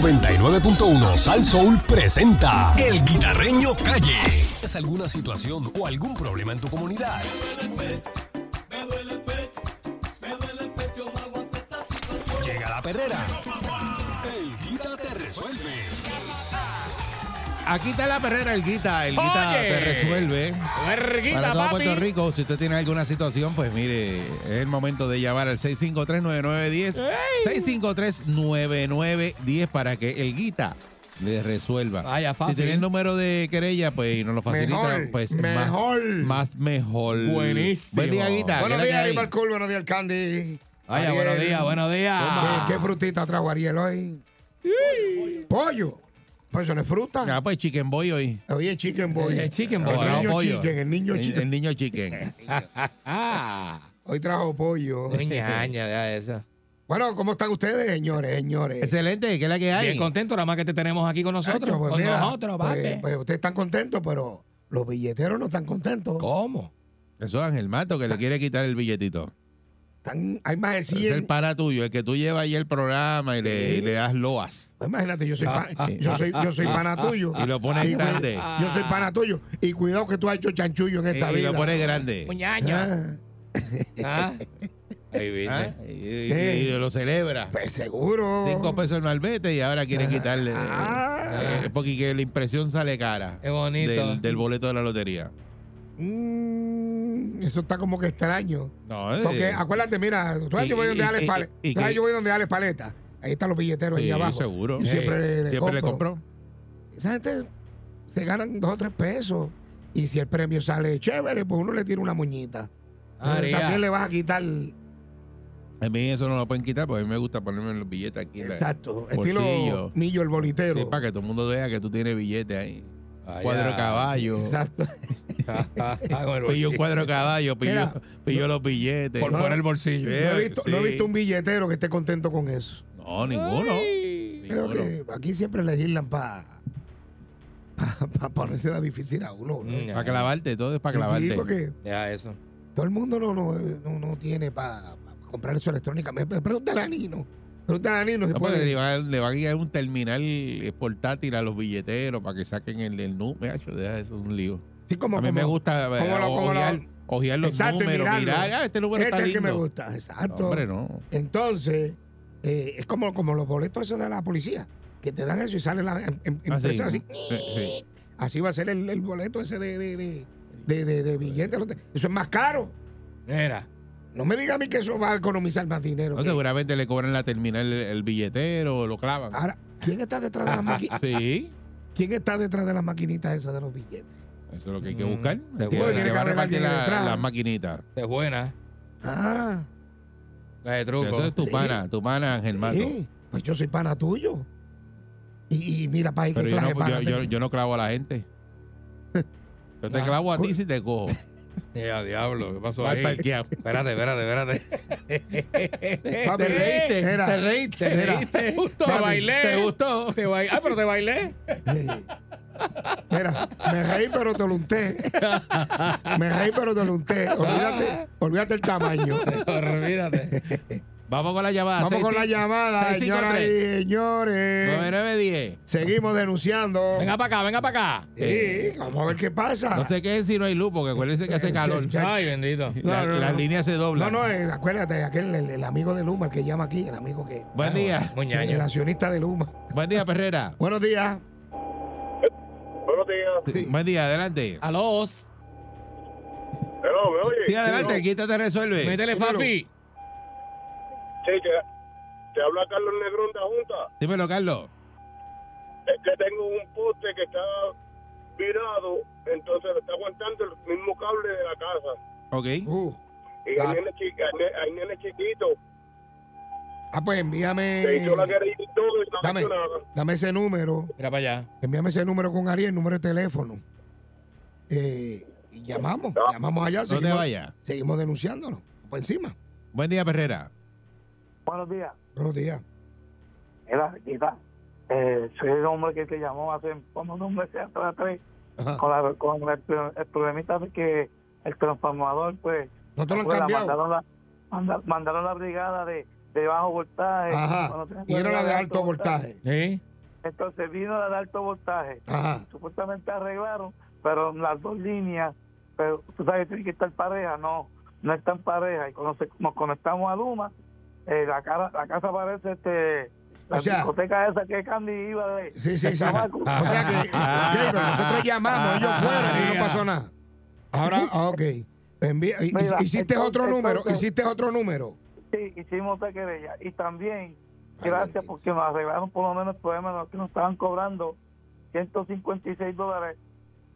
99.1 Sal Soul presenta El Guitarreño Calle. ¿Es alguna situación o algún problema en tu comunidad? Llega la perrera. El Guita te resuelve. Aquí está la perrera, el guita. El guita Oye. te resuelve. Para Verguita, todo papi. Puerto Rico, si usted tiene alguna situación, pues mire, es el momento de llamar al 653-9910. 653-9910 para que el guita le resuelva. Vaya, fácil. Si tiene el número de querella, pues y nos lo facilita, Mejor, pues mejor. Más, más mejor. Buenísimo. Buen día, Ah, guita. Buenos ¿Qué es la días, que hay? Ariel Marcul, buenos días, Candy. Vaya, buenos días, buenos días. ¿Qué, qué frutita trajo Ariel hoy? Pollo. Pues eso no es fruta. Ah, pues chicken boy hoy. Oye, chicken boy. Eh, chicken boy. Hoy Bueno, El trajo niño pollo. chicken, el niño El- chicken. El niño chicken. Ah, Hoy trajo pollo. ñaña, ya eso. Bueno, ¿cómo están ustedes, señores, señores? Excelente, ¿qué es la que hay? Bien contento, nada más que te tenemos aquí con nosotros. Chacho, pues con mira, nosotros, papi. pues- pues ustedes están contentos, pero los billeteros no están contentos. ¿Cómo? Eso es Ángel Mato que le quiere quitar el billetito. Están- hay más de es el 100. para tuyo, el que tú llevas ahí el programa y le, y le das loas. Pues imagínate, yo soy, Ah, pa- yo soy, yo soy pana tuyo. Y lo pones Y cu- grande. Yo soy pana tuyo. Y cuidado que tú has hecho chanchullo en Y, esta y vida. lo pones grande. Ñaña. Ah. Ah, Ahí viste. ¿Ah? Y, y- Eh. y lo celebra. pues seguro. Cinco pesos el malvete y ahora Ah. quiere quitarle. eh, eh, porque que la impresión sale cara. Qué bonito. Del, del boleto de la lotería. Mm, eso está como que extraño. No, eh, Porque acuérdate, mira, tú sabes, Y- yo voy donde y- Alex y- Paleta. y- y ¿Sabes? que- Yo voy donde Alex Paleta. Ahí están los billeteros sí, ahí abajo. seguro. Yo siempre Eh, le- le siempre compro. le compro. Esa gente se ganan dos o tres pesos. Y si el premio sale chévere, pues uno le tira una muñita. María. También le vas a quitar. A mí eso no lo pueden quitar, porque a mí me gusta ponerme los billetes aquí. en la- Exacto. Bolsillo. Estilo Millo el Sí, bolitero. para que todo el mundo vea que tú tienes billetes ahí. Vaya. Cuadro caballo. Exacto. Con el Pilló un bolsillo. cuadro de caballo, pilló, Mira, pilló los billetes. Por no, fuera el bolsillo. Eh, No he, visto, sí. no he visto un billetero que esté contento con eso. No, ninguno. Creo Ninguno. que aquí siempre legislan para pa, pa ponerse la difícil a uno. ¿no? Mm, Para clavarte, todo es para clavarte. Sí, porque Ya, eso. todo el mundo no, no, no, no tiene para comprar eso electrónicamente. Pregúntale a Nino. Pregúntale a Nino si No, pues, porque puede. le, van, le van a guiar un terminal eh, portátil a los billeteros para que saquen el, el número. Hacho, deja eso es un lío. Sí, como, a mí me como- gusta eh, como lo- como lo- ojear, ojear los Exacto, y números, mirarlo. mirar. Ah, este número está este es el que lindo. me gusta. Exacto. No, hombre, no. Entonces, eh, es como, como los boletos esos de la policía, que te dan eso y sale la em- em- Así, impresa así. ¿no? Ah, Sí, sí. Así va a ser el, el boleto ese de, de, de, de, de- de billete. Eso es más caro. Mira. No me diga a mí que eso va a economizar más dinero. No, seguramente le cobran la terminal el, el billetero, lo clavan. Ahora, ¿quién está detrás de las maquinitas? Sí, ¿Quién está detrás de las maquinitas esas de los billetes? eso es lo que hay que Mm, buscar. seguro. Tiene- Tiene le que va a haber repartir alguien la- detrás. las maquinitas. Es buena. Ah, La de truco. Eso es tu Sí. pana, tu pana, Ángel Mato. sí. Pues yo soy pana tuyo. Y, y mira, para ahí que Pero yo clase de no, pana yo, yo- tengo. yo no clavo a la gente. Yo Ah, te Nah. clavo a pues. ti si te cojo. Ya, diablo. ¿Qué pasó Mal ahí? parqueado. Espérate, espérate, espérate. Papi, mira, reíste. Te Mira, reíste. Te gustó. Papi, Te gustó. Te bailé. Ah, pero te bailé. Mira, Eh, me reí pero te lo unté. Me reí pero te lo unté. Olvídate, olvídate el tamaño. Olvídate. Vamos con la llamada. Vamos con la llamada, señoras y 653. señores. 9910. Seguimos denunciando. Venga para acá, venga para acá. Sí, vamos a ver qué pasa. eh. No se queden si no hay luz, porque acuérdense que hace calor. Ya- Ay, bendito. La, no, no, la no. línea se dobla. No, no, eh, acuérdate, aquel, el, el amigo de Luma, el que llama aquí, el amigo que. Buen día. El Muñaño. accionista de Luma. Buen día, Perrera. Buenos días. Buenos días. Sí. Ah, Buen día, adelante. A los. Hello, ¿me oye? Sí, adelante, el quita te resuelve. Métele, dímelo. Fafi. Sí, te, te habla Carlos Negrón de la Junta. Dímelo, Carlos. Es que tengo un poste que está virado, entonces le está aguantando el mismo cable de la casa. Ok. Uh, Y Ah. hay nene, chi- hay ne- hay nene chiquito ah, pues que hizo la envíame. eh, querella y todo y no ha Dame, hecho nada. dame ese número. Mira para allá. Envíame ese número con Ariel, el número de teléfono. Eh, y llamamos, Ah. llamamos allá. No te Seguimos, vayas. seguimos denunciándolo. Por encima. Buen día, Perrera. Buenos días. Buenos días. Mira, quizás eh, soy el hombre que te llamó hace como un mes atrás tres, Ajá. Ah, con, la, con el, pro- el problemita de que el transformador, pues, No te lo han pues, la cambiado. mandaron, la, manda- mandaron la brigada de, de bajo voltaje. Ajá. cuando tenía Y era la de alto voltaje. Sí. Entonces vino la de alto voltaje. Ajá. Supuestamente arreglaron, pero las dos líneas, pero tú sabes, tienen que estar pareja. No, no están pareja. Y cuando se- nos conectamos a Luma, eh, la, cara, la casa parece este, la O sea- discoteca esa que Candy iba de. Sí, sí, sí. chamaco. O sea que ok, pero nosotros llamamos, ellos fueron y no Mira. pasó nada. Ahora, ah, ok. Envía- hi- Mira, hiciste otro entonces- número, entonces- hiciste otro número. Sí, hicimos otra querella. Y también, gracias porque nos arreglaron por lo menos el problema de los que nos estaban cobrando 156 dólares.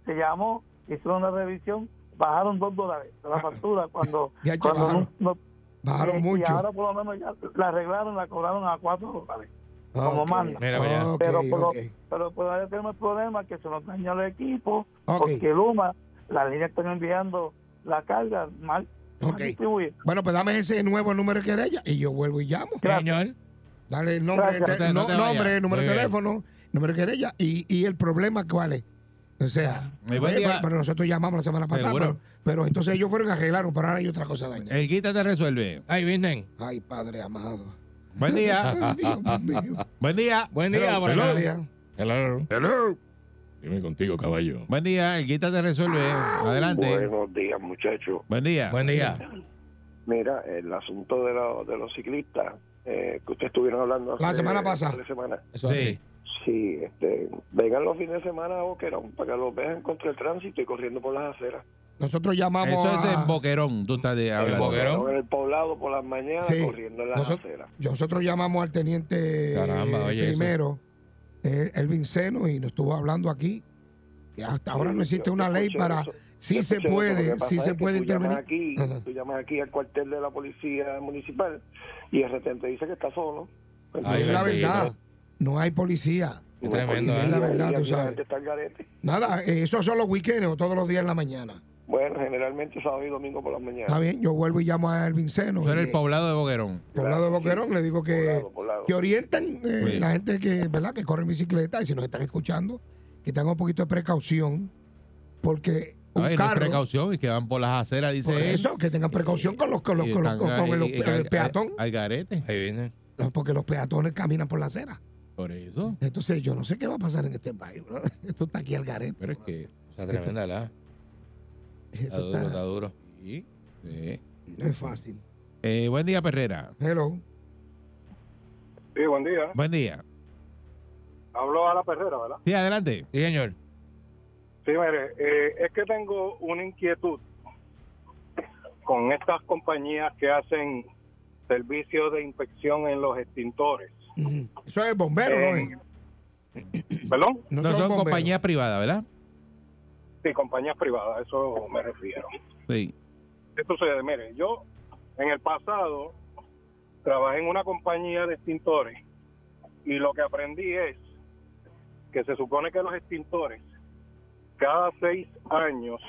Se llamó, hicieron una revisión, bajaron 2 dólares de la factura cuando, Ah, Ya, ya cuando bajaron. no- no- Bajaron eh, Y mucho. ahora por lo menos ya la arreglaron, la cobraron a 4 dólares. Ah, como ok. manda. Mira, vaya. Ok, pero por lo- ok. Pero pues ahora tenemos el problema que se nos dañó el equipo Ok. porque Luma, la línea están enviando la carga mal, mal Ok. distribuida. Bueno, pues dame ese nuevo número de querella y yo vuelvo y llamo. Gracias. Señor. Dale el nombre, Gracias. te- No no- te vayas. nombre, número de Muy bien. teléfono, número de querella y, y el problema cuál es. O sea, Muy eh, buen pero, día. pero nosotros llamamos la semana pasada, Seguro. pero, pero entonces ellos fueron y arreglaron, pero ahora hay otra cosa dañada. El guita te resuelve. Ahí vienen. Ay, padre amado. Buen día. Ay, Dios mío. Buen día. Buen día, por Buenos acá. días. Hello. Hello. Dime contigo, caballo. Buen día. El guita te resuelve. Adelante. Buenos días, muchachos. Buen día. Buen día. Mira, el asunto de, lo- de los ciclistas eh, que ustedes estuvieron hablando hace La semana pasada. tres semanas. Eso es Sí. así. Sí, este, vengan los fines de semana a Boquerón para que los vean contra el tránsito y corriendo por las aceras. Nosotros llamamos Eso es a- en Boquerón. Tú estás de hablando. Boquerón. Boquerón En el poblado por las mañanas Sí. corriendo en las Nosot- aceras. nosotros llamamos al teniente Caramba, oye, primero, eh, Elvin Seno, y nos estuvo hablando aquí. que hasta ahora no existe Yo una ley escuché para... eso. Sí Yo se escuché eso. Lo puede, que pasa sí es se que puede tú intervenir. Llamas aquí, Ajá. Tú llamas aquí al cuartel de la policía municipal y el retén te dice que está solo. Pues, Y es la bendito. verdad, no hay policía. Qué tremendo, Y ¿eh? La verdad, aquí tú la sabes. gente está al garete. Nada, eh, eso son los weekends o todos los días en la mañana. Bueno, generalmente sábado y domingo por las mañanas. Está bien, yo vuelvo y llamo a Elvin Seno. Tú eres y, el poblado de Boquerón. eh, poblado de Boquerón, le digo que, Poblado, poblado. que orientan eh, Sí. la gente que, ¿verdad? que corre en bicicleta y si nos están escuchando, que tengan un poquito de precaución, porque Ay, un no hay carro... precaución y que van por las aceras, dice Por él. eso, que tengan precaución con los, con los- Y con los- están con- con el, ahí, el al- peatón, Al, al garete. Ahí vienen. no, porque los peatones caminan por la acera. Por eso. Entonces, yo no sé qué va a pasar en este país, bro. Esto está aquí al garete. Pero es que. Está tremenda, la. Está Eso duro, está- está duro. Sí. Sí. no es fácil. Eh, buen día, Perrera. Hello. Sí, buen día. Buen día. Hablo a la perrera, ¿verdad? Sí, adelante. Sí, señor. Sí, mire, eh, es que tengo una inquietud con estas compañías que hacen servicios de inspección en los extintores. Ujú. Eso es bombero, ¿no? Eh, ¿Perdón? No, No son son bomberos. compañías privadas, ¿verdad? Sí, compañías privadas, a eso me refiero. Sí. ¿Qué sucede? Mire, yo en el pasado trabajé en una compañía de extintores y lo que aprendí es que se supone que los extintores, cada seis años,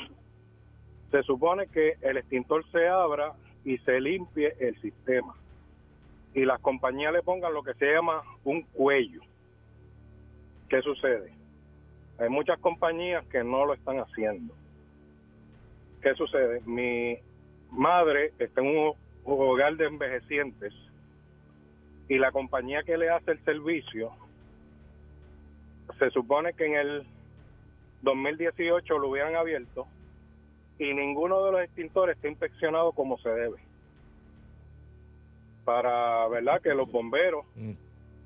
se supone que el extintor se abra y se limpie el sistema. Y las compañías le pongan lo que se llama un cuello. ¿Qué sucede? Hay muchas compañías que no lo están haciendo. ¿Qué sucede? Mi madre está en un hogar de envejecientes y la compañía que le hace el servicio se supone que en el 2018 lo hubieran abierto y ninguno de los extintores está inspeccionado como se debe. Para, ¿verdad? Que los bomberos Mm.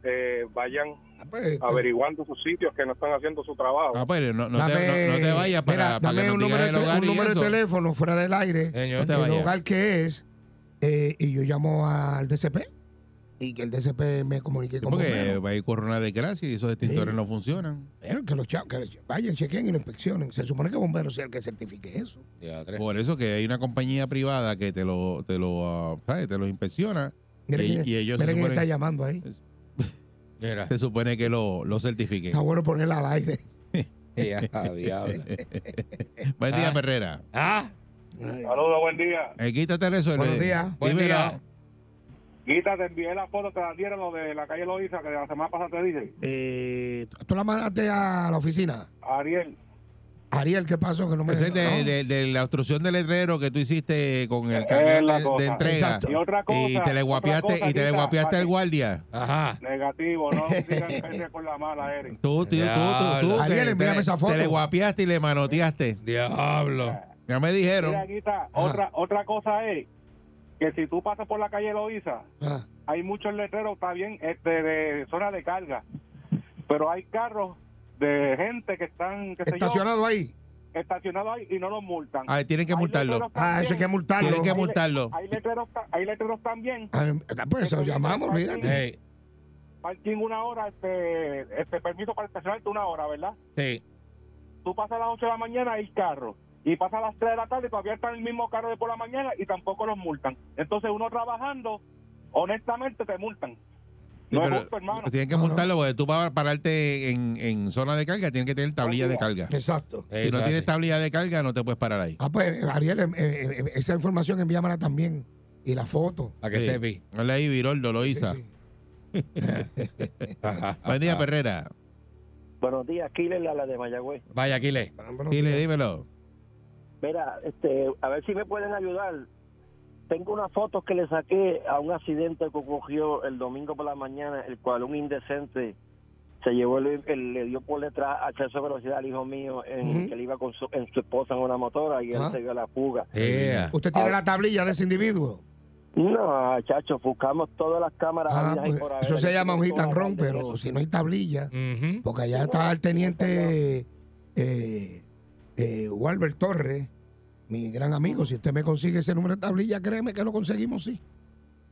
eh, vayan Ah, pues, averiguando sus sitios que no están haciendo su trabajo. Ah, pues no, no dame- te, no- no te vayas para, mira, para dame que nos un digas número, de, el te- hogar un y número eso. de teléfono fuera del aire, No Señor. te el vayas. hogar que es, eh, y yo llamo al DCP y que el DCP me comunique Sí, con Porque bombero. va a ir una desgracia y esos extintores Sí. no funcionan. Pero que los chavos, que los- vayan, chequen y lo inspeccionen. Se supone que bombero sea el que certifique eso. Ya, tres. Por eso que hay una compañía privada que te lo, te lo, ah, ¿sabes? Te lo inspecciona. Mira Y- quién, y ellos mira se quién suponen- está llamando ahí. Mira. Se supone que lo, lo certifiquen. Está bueno ponerla al aire. Ya, diablo. Buen día, Ah. Perrera. Eh, Ah, Ay. Saludos, buen día. El guita te resuelve. Buenos días. buen Dímelo. día. Guita, te envié la foto, te la dieron lo de la calle Loiza, que la semana pasada te dije. Eh, ¿Tú la mandaste a la oficina? Ariel, Ariel, ¿qué pasó? Que no me Ese es de, no. de- de la obstrucción de letrero que tú hiciste con el Es camión la de- de, cosa. entrega. Exacto. Y otra cosa. Y te le otra guapiaste, cosa, y te le Guita, guapiaste al Pachi, guardia. Ajá. Negativo, no digan que con la mala, Eric. Tú, tío, tú, tú, tú. Diablo. que Ariel, te- envíame esa foto. Te le guapiaste y le manoteaste. Diablo. Ya me dijeron. Mira, Guita, otra, otra cosa es que si tú pasas por la calle Loiza, Ah. hay muchos letreros, está bien, este, de zona de carga, pero hay carros de gente que están, qué sé yo, Estacionado ahí. estacionados ahí y no los multan. Ah, tienen que Hay multarlo. letreros Ah, eso hay que también- multarlo. Tienen que Hay le- multarlo. Hay letreros, ta- hay letreros también, Ah, pues eso llamamos, olvídate. Ey, parking una hora, este, este permiso para estacionarte una hora, ¿verdad? sí. Tú pasas a las 8 de la mañana hay carro. Y pasa a las 3 de la tarde y todavía está en el mismo carro de por la mañana y tampoco los multan. Entonces uno trabajando, honestamente te multan. Sí, No pero es justo, hermano. tienen que No, no. multarlo porque tú vas a pararte en, en zona de carga, tienes que tener tablilla de carga. Exacto. Si no tienes tablilla de carga, no te puedes parar ahí. Ah, pues, Ariel, eh, eh, eh, esa información envíamela también. Y la foto. Para que Sí. sepi. Hola ahí, Viroldo, lo hizo. Sí, sí. Buen Ah, día, Perrera. Buenos días, Aquiles, la, la de Mayagüez. Vaya, Aquiles. Bueno, bueno, Dile, dímelo. Mira, este, a ver si me pueden ayudar. Tengo unas fotos que le saqué a un accidente que ocurrió el domingo por la mañana, el cual un indecente se llevó, el, el- le dio por detrás acceso a velocidad al hijo mío, en, Ujú. que él iba con su, en su esposa en una motora y él Ajá. se dio a la fuga. Ea. Usted tiene la tablilla de ese individuo. No, chacho, buscamos todas las cámaras. Ah, habidas y pues, por haber. eso se llama un hit Todas and las run, de- pero si no hay tablilla, Ujú. porque allá está el teniente eh, eh, Walbert Torres, mi gran amigo. Si usted me consigue ese número de tablilla, créeme que lo conseguimos, sí.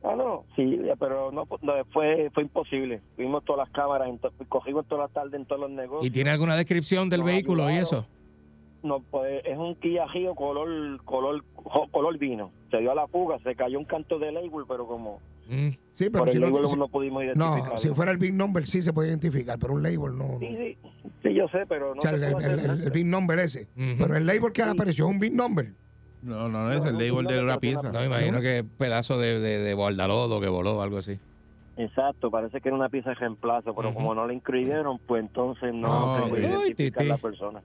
Ah, no, sí, pero no, no, fue fue imposible. Vimos todas las cámaras, en to- cogimos toda la tarde en todos los negocios. ¿Y tiene alguna descripción del Nos vehículo y ayudaron. eso? No, pues es un Kia Rio color, color, jo- color vino. Se dio a la fuga, se cayó un canto de Label, pero como Mm. Sí, pero por si el no, label si- no pudimos identificarlo. no, si fuera el big number sí se puede identificar, pero un label no. no. Sí, sí, sí, yo sé, pero no O sea, se el, pudo el- hacer el- el big number ese. Ujú. Pero el label que apareció es un big number. No, no, no es el No, label no, de no, una no, pieza. No, me imagino que pedazo de, de, de bordalodo que voló o algo así. Exacto, parece que era una pieza de reemplazo, pero Ujú. como no la incluyeron, pues entonces no No, se pudo sí. Ay, identificar tití. la persona.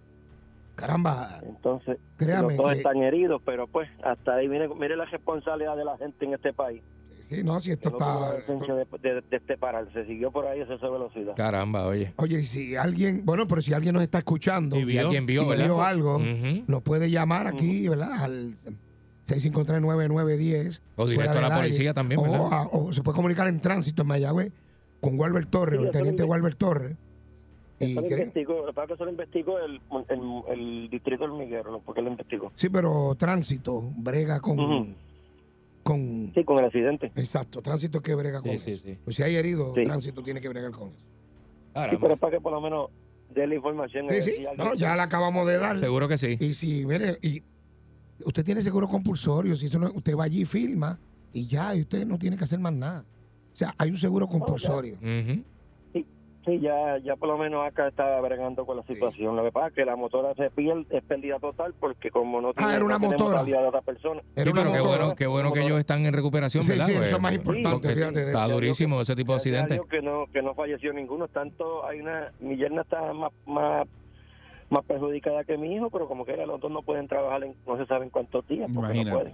Caramba, Entonces, créame. los dos que- están heridos, pero pues hasta ahí, mire, mire la responsabilidad de la gente en este país. sí, no, si que esto no tuvo la está. decencia de, de, de este parar, se siguió por ahí a esa velocidad. Caramba, oye. Oye, si alguien, bueno, pero si alguien nos está escuchando Y vio. alguien vio, y ¿verdad? vio algo, Ujú. nos puede llamar aquí, ¿verdad? Al 653-9910. O directo fuera a la del aire. policía también, O, ¿verdad? a- o se puede comunicar en tránsito en Mayagüez con Walbert Torres, Sí, el eso teniente lo- Walbert Torres. Y Eso lo cre- investigó, lo que pasa es que eso lo investigó el, el, el distrito hormiguero, porque lo investigó. sí, pero tránsito brega con. Ujú. con Sí, con el accidente. Exacto, tránsito que brega con Sí, eso. sí, sí. Pues si hay herido, Sí. tránsito tiene que bregar con eso. Sí, pero Caramba. es para que por lo menos dé la información. Sí, eh, sí, si alguien- no, ya la acabamos de dar. Seguro que sí. Y si, mire, y usted tiene seguro compulsorio, si eso no- usted va allí y firma y ya, y usted no tiene que hacer más nada. O sea, hay un seguro compulsorio. Ujú. Sí, ya, ya por lo menos acá está bregando con la situación. Lo que pasa es que la motora se pierde, es pérdida total, porque como no tiene Ah, era una no tiene motora. mortalidad de otra persona. Era Sí, pero una qué motora. bueno, qué bueno que ellos están en recuperación, Sí, ¿verdad? sí, eso es Pues, más importante, porque fíjate de Está eso. durísimo ese tipo de Gracias a accidentes. Dios que no, que no falleció ninguno. Tanto hay una, mi yerna está más, más, más perjudicada que mi hijo, pero como que los dos no pueden trabajar, en, no se saben cuántos días, porque Imagínate. no pueden.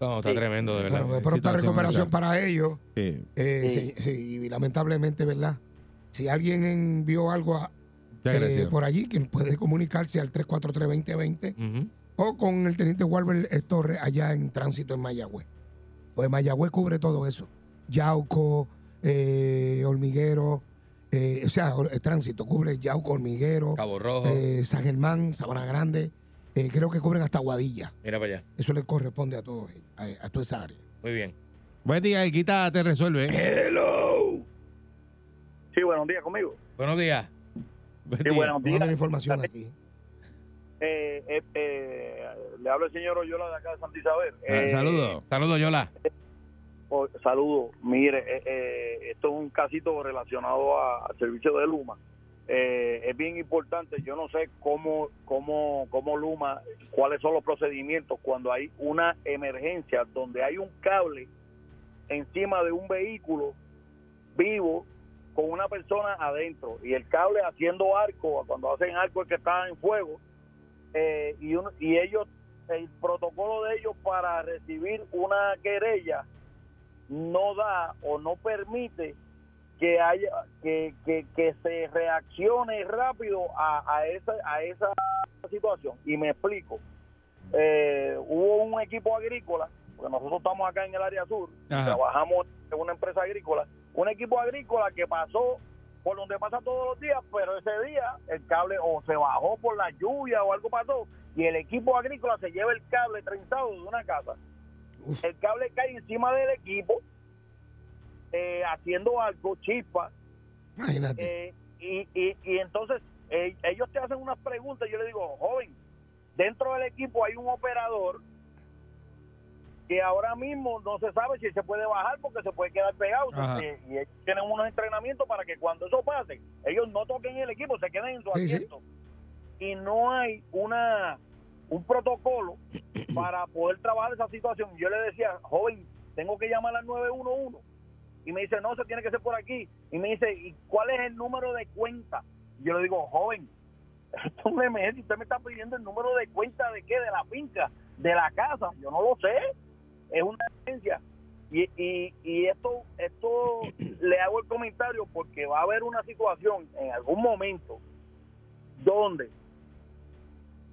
No, está Sí. tremendo, de verdad. Bueno, pero esta Situación recuperación esa. para ellos, Sí. eh, sí, Sí. sí, y lamentablemente, ¿verdad? Si alguien envió algo a- Muchas eh, gracias. por allí, quien puede comunicarse al 343-2020 Ujú. o con el teniente Walbert eh, Torres allá en tránsito en Mayagüez. Pues Mayagüez cubre todo eso. Yauco, eh, Hormiguero, eh, o sea, hor- eh, tránsito cubre Yauco, Hormiguero, Cabo Rojo. eh, San Germán, Sabana Grande. eh, creo que cubren hasta Guadilla. Mira para allá. Eso le corresponde a todos, ellos, a, a toda esa área. Muy bien. Buen día, Elguita te resuelve. Eh, Hello. Sí, buenos días conmigo. Buenos días. Buen Sí, día. buenos Vamos a dar días. información aquí. Eh, eh, eh, le hablo el señor Oyola de acá de Santa Isabel. Ah, Eh, Saludos. Saludos, Yola. o- saludo. Oh, Mire, eh, eh, esto es un casito relacionado a- al servicio de Luma. Eh, es bien importante. Yo no sé cómo, cómo, cómo Luma, cuáles son los procedimientos cuando hay una emergencia donde hay un cable encima de un vehículo vivo con una persona adentro y el cable haciendo arco, cuando hacen arco el que está en fuego, eh, y, uno- y ellos, el protocolo de ellos para recibir una querella no da o no permite que haya que, que, que se reaccione rápido a, a esa a esa situación y me explico Eh, hubo un equipo agrícola porque nosotros estamos acá en el área sur Ajá. Ah, trabajamos en una empresa agrícola un equipo agrícola que pasó por donde pasa todos los días pero ese día el cable o se bajó por la lluvia o algo pasó y el equipo agrícola se lleva el cable trenzado de una casa el cable cae encima del equipo eh, haciendo algo, chispa. Eh, y, y, y entonces eh, ellos te hacen unas preguntas. Yo le digo, joven, dentro del equipo hay un operador que ahora mismo no se sabe si se puede bajar porque se puede quedar pegado. Ajá. Eh, Y, ellos tienen unos entrenamientos para que cuando eso pase, ellos no toquen el equipo, se queden en su Sí, sí. asiento. Y no hay una un protocolo para poder trabajar esa situación. Yo le decía, joven, tengo que llamar al 911. Y me dice, no, se tiene que ser por aquí. Y me dice, ¿y cuál es el número de cuenta? Y yo le digo, joven, esto es un emergencia, usted me está pidiendo el número de cuenta de qué, de la finca, de la casa. Yo no lo sé, es una emergencia. Y, y, y esto, esto le hago el comentario porque va a haber una situación en algún momento donde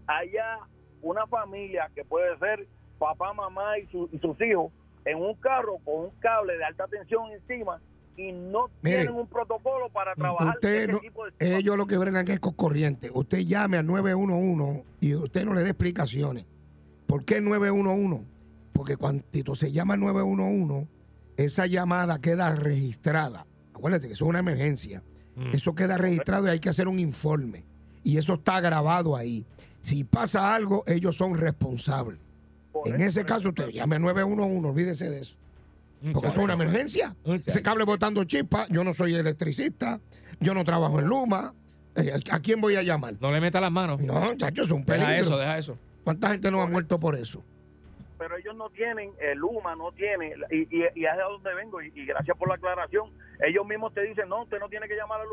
haya una familia que puede ser papá, mamá y, su- y sus hijos en un carro con un cable de alta tensión encima y no Mire, tienen un protocolo para trabajar Usted ese no, tipo de ellos lo que bregan es con corriente. Usted llame al 911 y usted no le dé explicaciones. ¿Por qué 911? Porque cuando se llama 911, esa llamada queda registrada. Acuérdate que eso es una emergencia. Mm. Eso queda registrado y hay que hacer un informe. Y eso está grabado ahí. Si pasa algo, ellos son responsables. en ese caso, usted llame al 911, olvídese de eso. Mm, Porque eso es una emergencia. Ese cable botando chispa, yo no soy electricista, yo no trabajo en Luma. Eh, ¿A quién voy a llamar? No le meta las manos. No, chacho, es un peligro. Deja eso, deja eso. ¿Cuánta gente no ha muerto por eso? pero ellos no tienen, el UMA no tiene, y, y, y es de donde vengo, y, y gracias por la aclaración, ellos mismos te dicen, no, usted no tiene que llamar al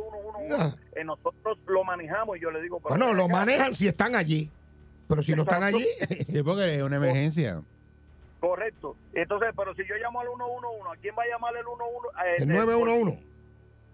111, Eh, nosotros lo manejamos, y yo le digo, pero Ah. Bueno, ven lo acá. manejan si están allí. Pero si no están allí, Sí, porque es una Oh. emergencia. Correcto, entonces, pero si yo llamo al 111, ¿a quién va a llamar el 111? Eh, el eh, 911.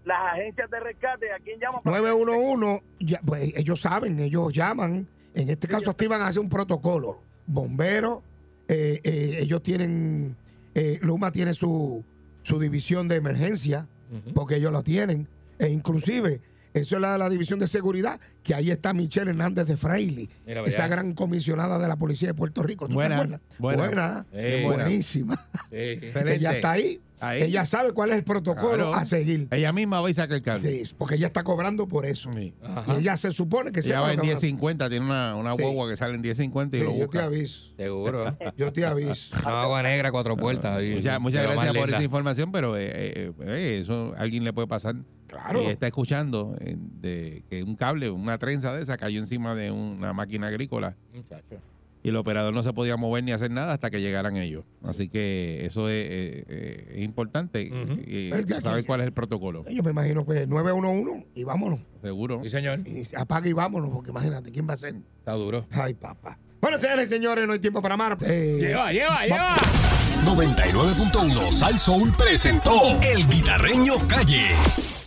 Las agencias de rescate, ¿a quién llaman? 911, ya, pues, ellos saben, ellos llaman. En este caso, activan a hacer un protocolo. Bomberos, eh, eh, ellos tienen, eh, Luma tiene su, su división de emergencia, porque ellos la tienen. E inclusive, eso es la, la división de seguridad, que ahí está Michelle Hernández de Fraile, Mira, esa vea. gran comisionada de la Policía de Puerto Rico. ¿Tú te Buena, acuerdas? buena. Buena, Eh, buena. buenísima. Sí. Ella está ahí. Ahí. Ella sabe cuál es el protocolo Claro. a seguir. Ella misma va y saca el cable. Sí, porque ella está cobrando por eso. Ajá. Y ella se supone que se Ella va en 10.50, tiene una, una Sí. guagua que sale en 10.50 y lo yo te busca. aviso, Seguro. yo te aviso. Una agua negra, cuatro puertas. y- Muchas, muchas pero más gracias por linda. esa información, pero eh, eh, eh, eso a alguien le puede pasar. Claro. Y está escuchando eh, de que un cable, una trenza de esa cayó encima de una máquina agrícola Muchacho. y el operador no se podía mover ni hacer nada hasta que llegaran ellos. Así que eso es, eh, eh, es importante, Ujú. eh, Pues ya saber que- cuál es el protocolo. Yo me imagino pues 911 y vámonos. Seguro. Sí, señor. Y se apaga y vámonos, porque imagínate, ¿quién va a ser? Está duro. Ay, papá. Bueno, señores y señores, no hay tiempo para amar. Eh, Lleva, lleva, lleva. 99.1 Sal Soul presentó El Guitarreño Calle.